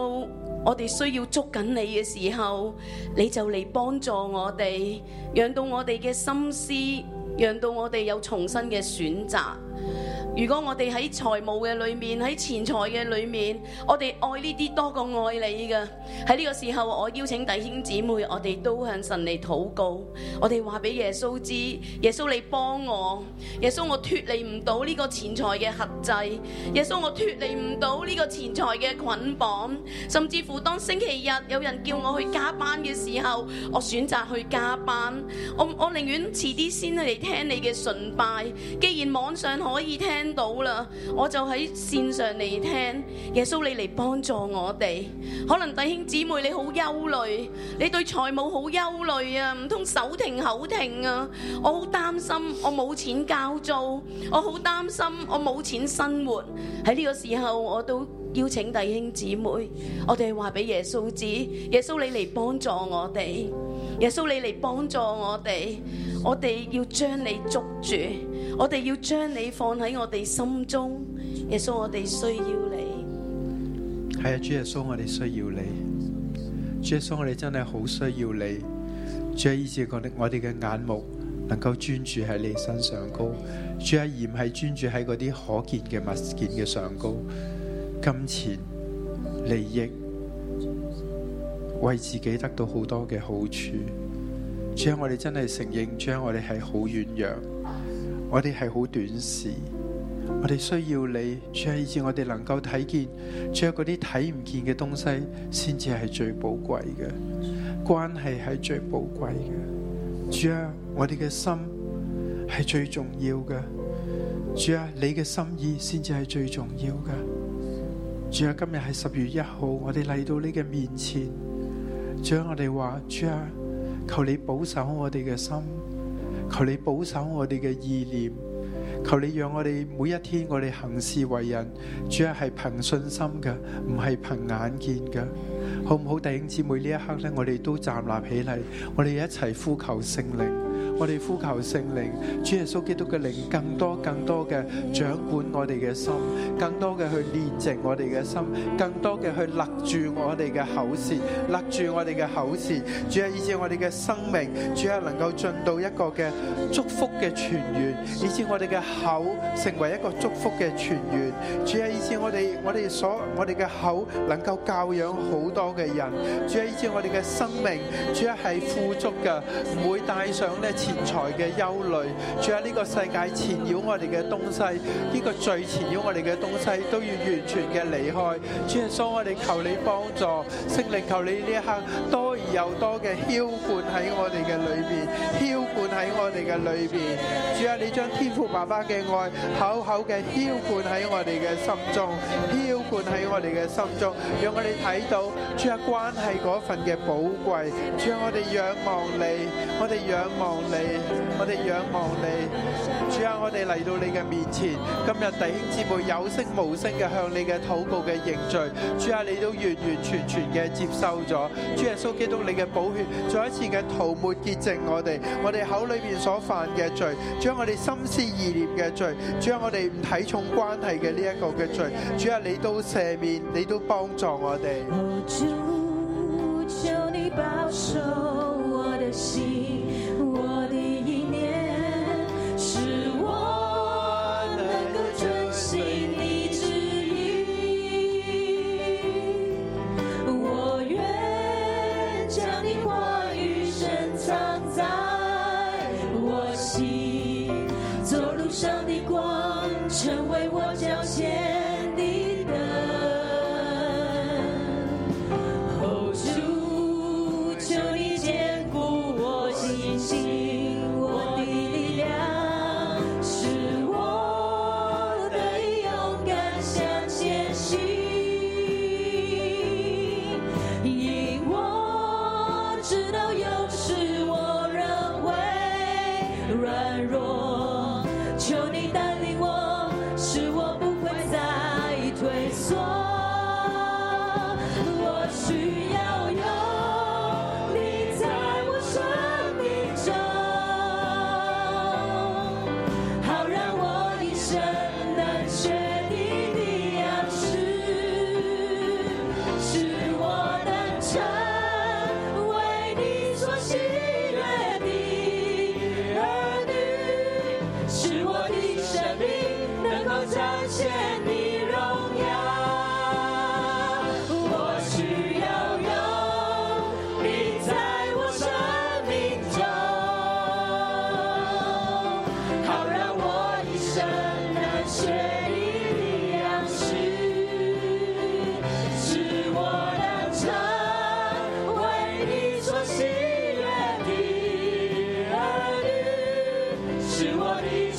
我哋需要捉緊你嘅時候，你就嚟幫助我哋，讓到我哋嘅心思，讓到我哋有重新嘅選擇。如果我哋喺財務嘅裏面，喺錢財嘅裏面，我哋愛呢啲多過愛你嘅。喺呢個時候，我邀請弟兄姊妹，我哋都向神嚟禱告，我哋話俾耶穌知，耶穌你幫我，耶穌我脫離唔到呢個錢財嘅轄制，耶穌我脫離唔到呢個錢財嘅捆綁，甚至乎當星期日有人叫我去加班嘅時候，我選擇去加班，我我寧願遲啲先嚟聽你嘅崇拜，既然網上可以聽到啦，我就喺線上嚟聽，耶穌你嚟幫助我哋，可能弟兄姊妹你好憂慮，你對財務好憂慮啊，唔通手停口停啊？我好擔心，我冇錢交租，我好擔心，我冇錢生活。喺呢個時候，我都邀請弟兄姊妹，我哋話俾耶穌知，耶穌你嚟幫助我哋，耶穌你嚟幫助我哋，我哋要將你捉住，我哋要將你放喺我哋心中，耶穌我哋需要你。系啊，主耶稣，我哋需要你。主耶稣，我哋真系好需要你。主啊，以致我哋我哋嘅眼目能夠專注喺你身上高。主啊，而唔係專注喺嗰啲可見嘅物件嘅上高，金錢、利益，為自己得到好多嘅好處。主啊，我哋真係承認，主啊，我哋係好軟弱，我哋係好短視。我哋需要你，主啊，以致我哋能夠睇見，主啊，嗰啲睇唔見嘅東西，先至係最寶貴嘅，關係係最寶貴嘅。主啊，我哋嘅心係最重要嘅。主啊，你嘅心意先至係最重要嘅。主啊，今日係十月一號，我哋嚟到你嘅面前，主啊，我哋話，主啊，求你保守我哋嘅心，求你保守我哋嘅意念。求你讓我哋每一天我哋行事為人，主要係憑信心嘅，唔係憑眼見嘅，好唔好？弟兄姊妹呢一刻咧，我哋都站立起嚟，我哋一齊呼求聖靈，我哋呼求聖靈，主耶穌基督嘅靈更多更多嘅掌管我哋嘅心，更多嘅去煉淨我哋嘅心，更多嘅去勒住我哋嘅口舌，勒住我哋嘅口舌，主啊，以致我哋嘅生命，主啊，能夠進到一個嘅祝福嘅泉源，以致我哋嘅口成為一個祝福嘅泉源，主啊，以致我哋我哋所我哋嘅口能夠教養好多嘅人，主啊，以致我哋嘅生命，主啊係富足嘅，唔會帶上咧錢財嘅憂慮，主啊呢個世界纏繞我哋嘅東西，呢、個罪纏繞我哋嘅東西都要完全嘅離開，主啊，所以我哋求你幫助，聖靈求你呢一刻多而又多嘅澆灌喺我哋嘅裏面，澆灌喺我哋嘅裏面，主啊，你將天父爸爸嘅愛厚厚嘅澆灌喺我哋嘅心中，澆灌喺我哋嘅心中，讓我哋睇到主啊關係嗰份嘅寶貴，主啊，我哋仰望你，我哋仰望你，我哋仰望你。主啊，我哋嚟到你嘅面前，今日弟兄姊妹有聲無聲嘅向你嘅禱告嘅認罪，主啊，你都完完全全嘅接受咗，主耶穌基督你嘅寶血再一次嘅塗抹潔淨我哋，我哋口裏面所犯嘅罪，將我哋心思意念嘅罪，將我哋唔睇重關係嘅呢一個嘅罪，主啊，你都赦免，你都幫助我哋。哦，主，求你保守我的心，我的意念，使我能够遵行你旨意。我愿将你话语深藏在我心，走路上的光，成为我脚前的灯。哦，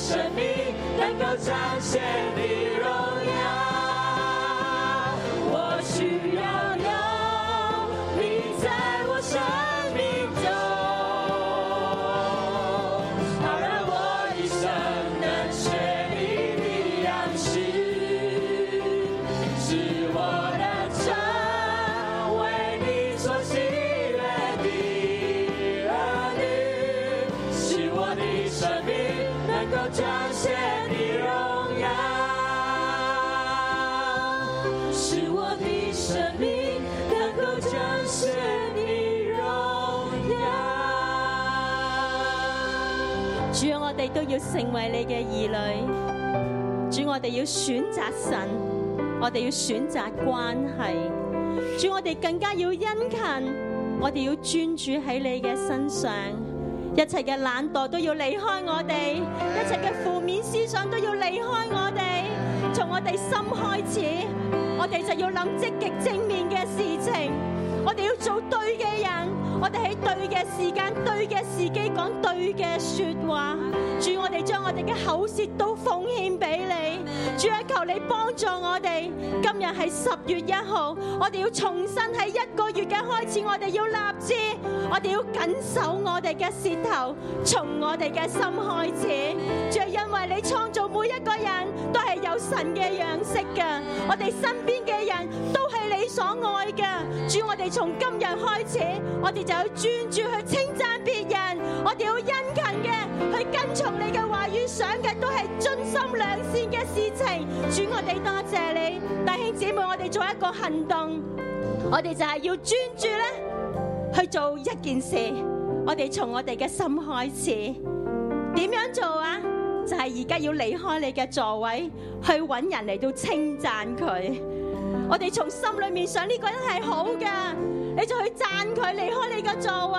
够彰显你荣耀。我需要有你在我生命中，好让我一生能学你的样式，使我能成为你所喜悦的儿女，使我的生命能够彰显你荣耀。使我的生命能够彰显你荣耀。主，我哋都要成为你嘅儿女。主，我哋要选择神，我哋要选择关系。主，我哋更加要殷勤，我哋要专注喺你嘅身上。一切嘅懒惰都要离开我哋，一切嘅负面思想都要离开我哋。从我哋心开始，我哋就要谂积极正面嘅事情。我哋要做对嘅人，我哋喺对嘅时间、对嘅时机讲对嘅说话。主，我哋将我哋嘅口舌都奉献俾你。主啊，求你帮助我哋。今日系十月一号，我哋要重新喺一个月嘅开始，我哋要立志，我哋要紧守我哋嘅舌头，从我哋嘅心开始。主啊，因为你创造每一个人都系有神嘅样式嘅，我哋身边嘅人都系你所爱嘅。主，我哋从今日开始，我哋就要专注去称赞别人，我哋要殷勤嘅去跟从你嘅话语，想嘅都系真心良善嘅事情。主，我哋多谢你，弟兄姊妹，我哋做一个行动，我哋就系要专注咧去做一件事，我哋从我哋嘅心开始。点样做啊？就系而家要离开你嘅座位，去揾人嚟到称赞佢。我哋從心裏面想呢個人係好嘅，你就去讚佢，離開你嘅座位。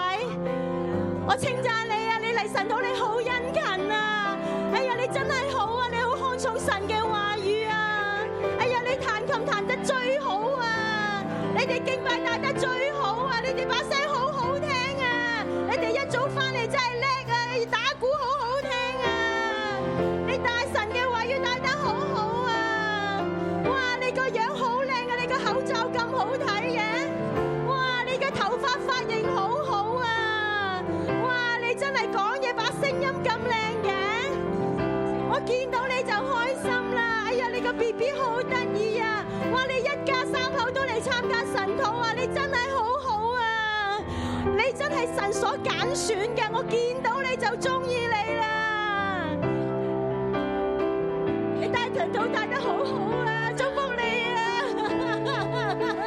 我稱讚你啊，你嚟神到你好殷勤啊！哎呀，你真係好啊，你好看重神嘅話語啊！哎呀，你彈琴彈得最好啊！你哋敬拜帶得最好啊！你哋把聲好好聽啊！你哋一早翻嚟真係叻啊！你打鼓好好聽啊！你帶神嘅話語帶得好好啊！哇！你個樣好靚啊！你個口罩咁好睇嘅，哇！你嘅頭髮髮型好好啊！哇！你真係講嘢把聲音咁靚嘅，我見到你就開心啦！哎呀，你個 B B 好得意啊！哇！你一家三口都嚟參加神討啊！你真係好好啊！你真係神所揀選嘅，我見到你就中意你啦！你帶團到帶得好好啊！祝福你啊！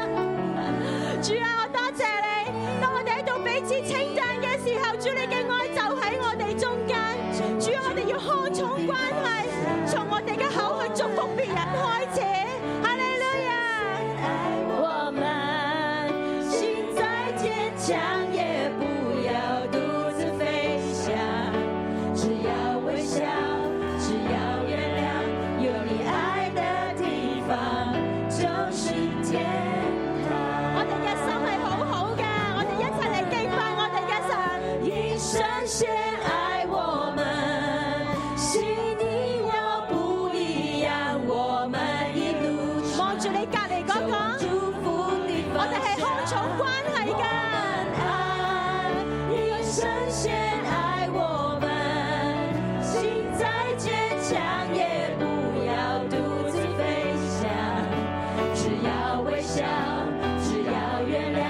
主啊，我多謝你，當我哋喺度彼此稱讚嘅時候，主你嘅愛就喺我哋中間。主啊，我哋要看重關係，從我哋嘅口去祝福別人開始。哈利路亞！我们心再坚强，也不要独自飞翔。只要微笑，只要原谅，有你爱的地方就是天堂。我哋嘅心係好好嘅，我哋一齊嚟敬拜我哋嘅神。一生先爱我们，心意要不一样，我们一路上望住你隔離嗰個，祝福的我方哋係看重向。關係我㗎。们爱，一生先爱我们，心再坚强也不要独自飞翔。只要微笑，只要原谅，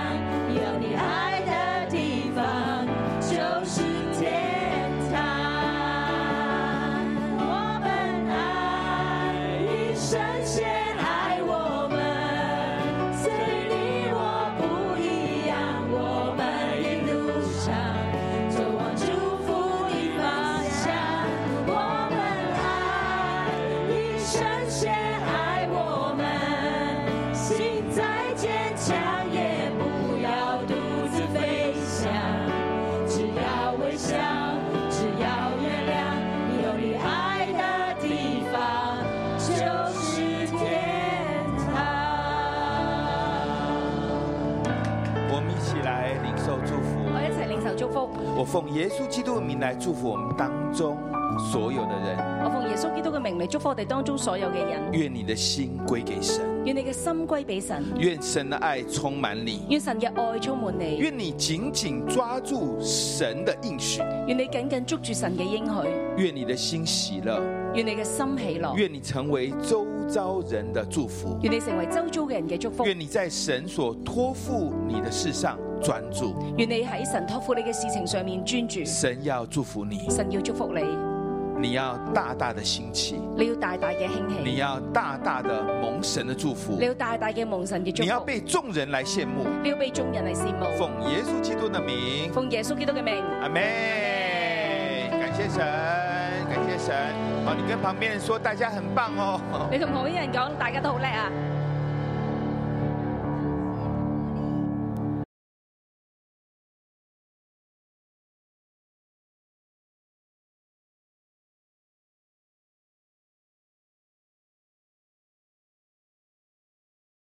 有你爱的地方就是天堂。我们爱，一生先爱我们，虽你我不一样，我们一路上走往祝福的方向。我们爱，一生先爱我们，心再坚强也不要独自飞翔。只要微笑，只要原谅，有你爱的地方就是天堂。我们一起来领受祝福。我一齊領受祝福。福。我奉耶稣基督的名来祝福我们当中所有的人，我奉耶穌基督嘅名嚟祝福我哋當中所有嘅人，愿你的心归给神，願你嘅心歸俾神，愿神的爱充满你，願神嘅愛充滿你，愿你紧紧抓住神的应许，願你緊緊捉住神嘅應許，愿你的心喜乐，願你嘅心喜樂，愿你成为周遭人的祝福，願你成為周遭嘅人嘅祝福，愿你在神所托付你的事上专注。願你喺神托付你嘅事情上面專注，神要祝福你，神要祝福你，你要大大的兴起，你要大大嘅興起，你要大大的蒙神的祝福你，要大大嘅蒙神嘅祝你要福，被众人来羡慕。你要被眾人嚟羨慕。奉耶稣基督的名，奉耶穌基督嘅名，阿妹，感谢神，感谢神。好，你跟旁边人说，大家很棒哦。你同旁邊嘅人講，大家都好叻啊！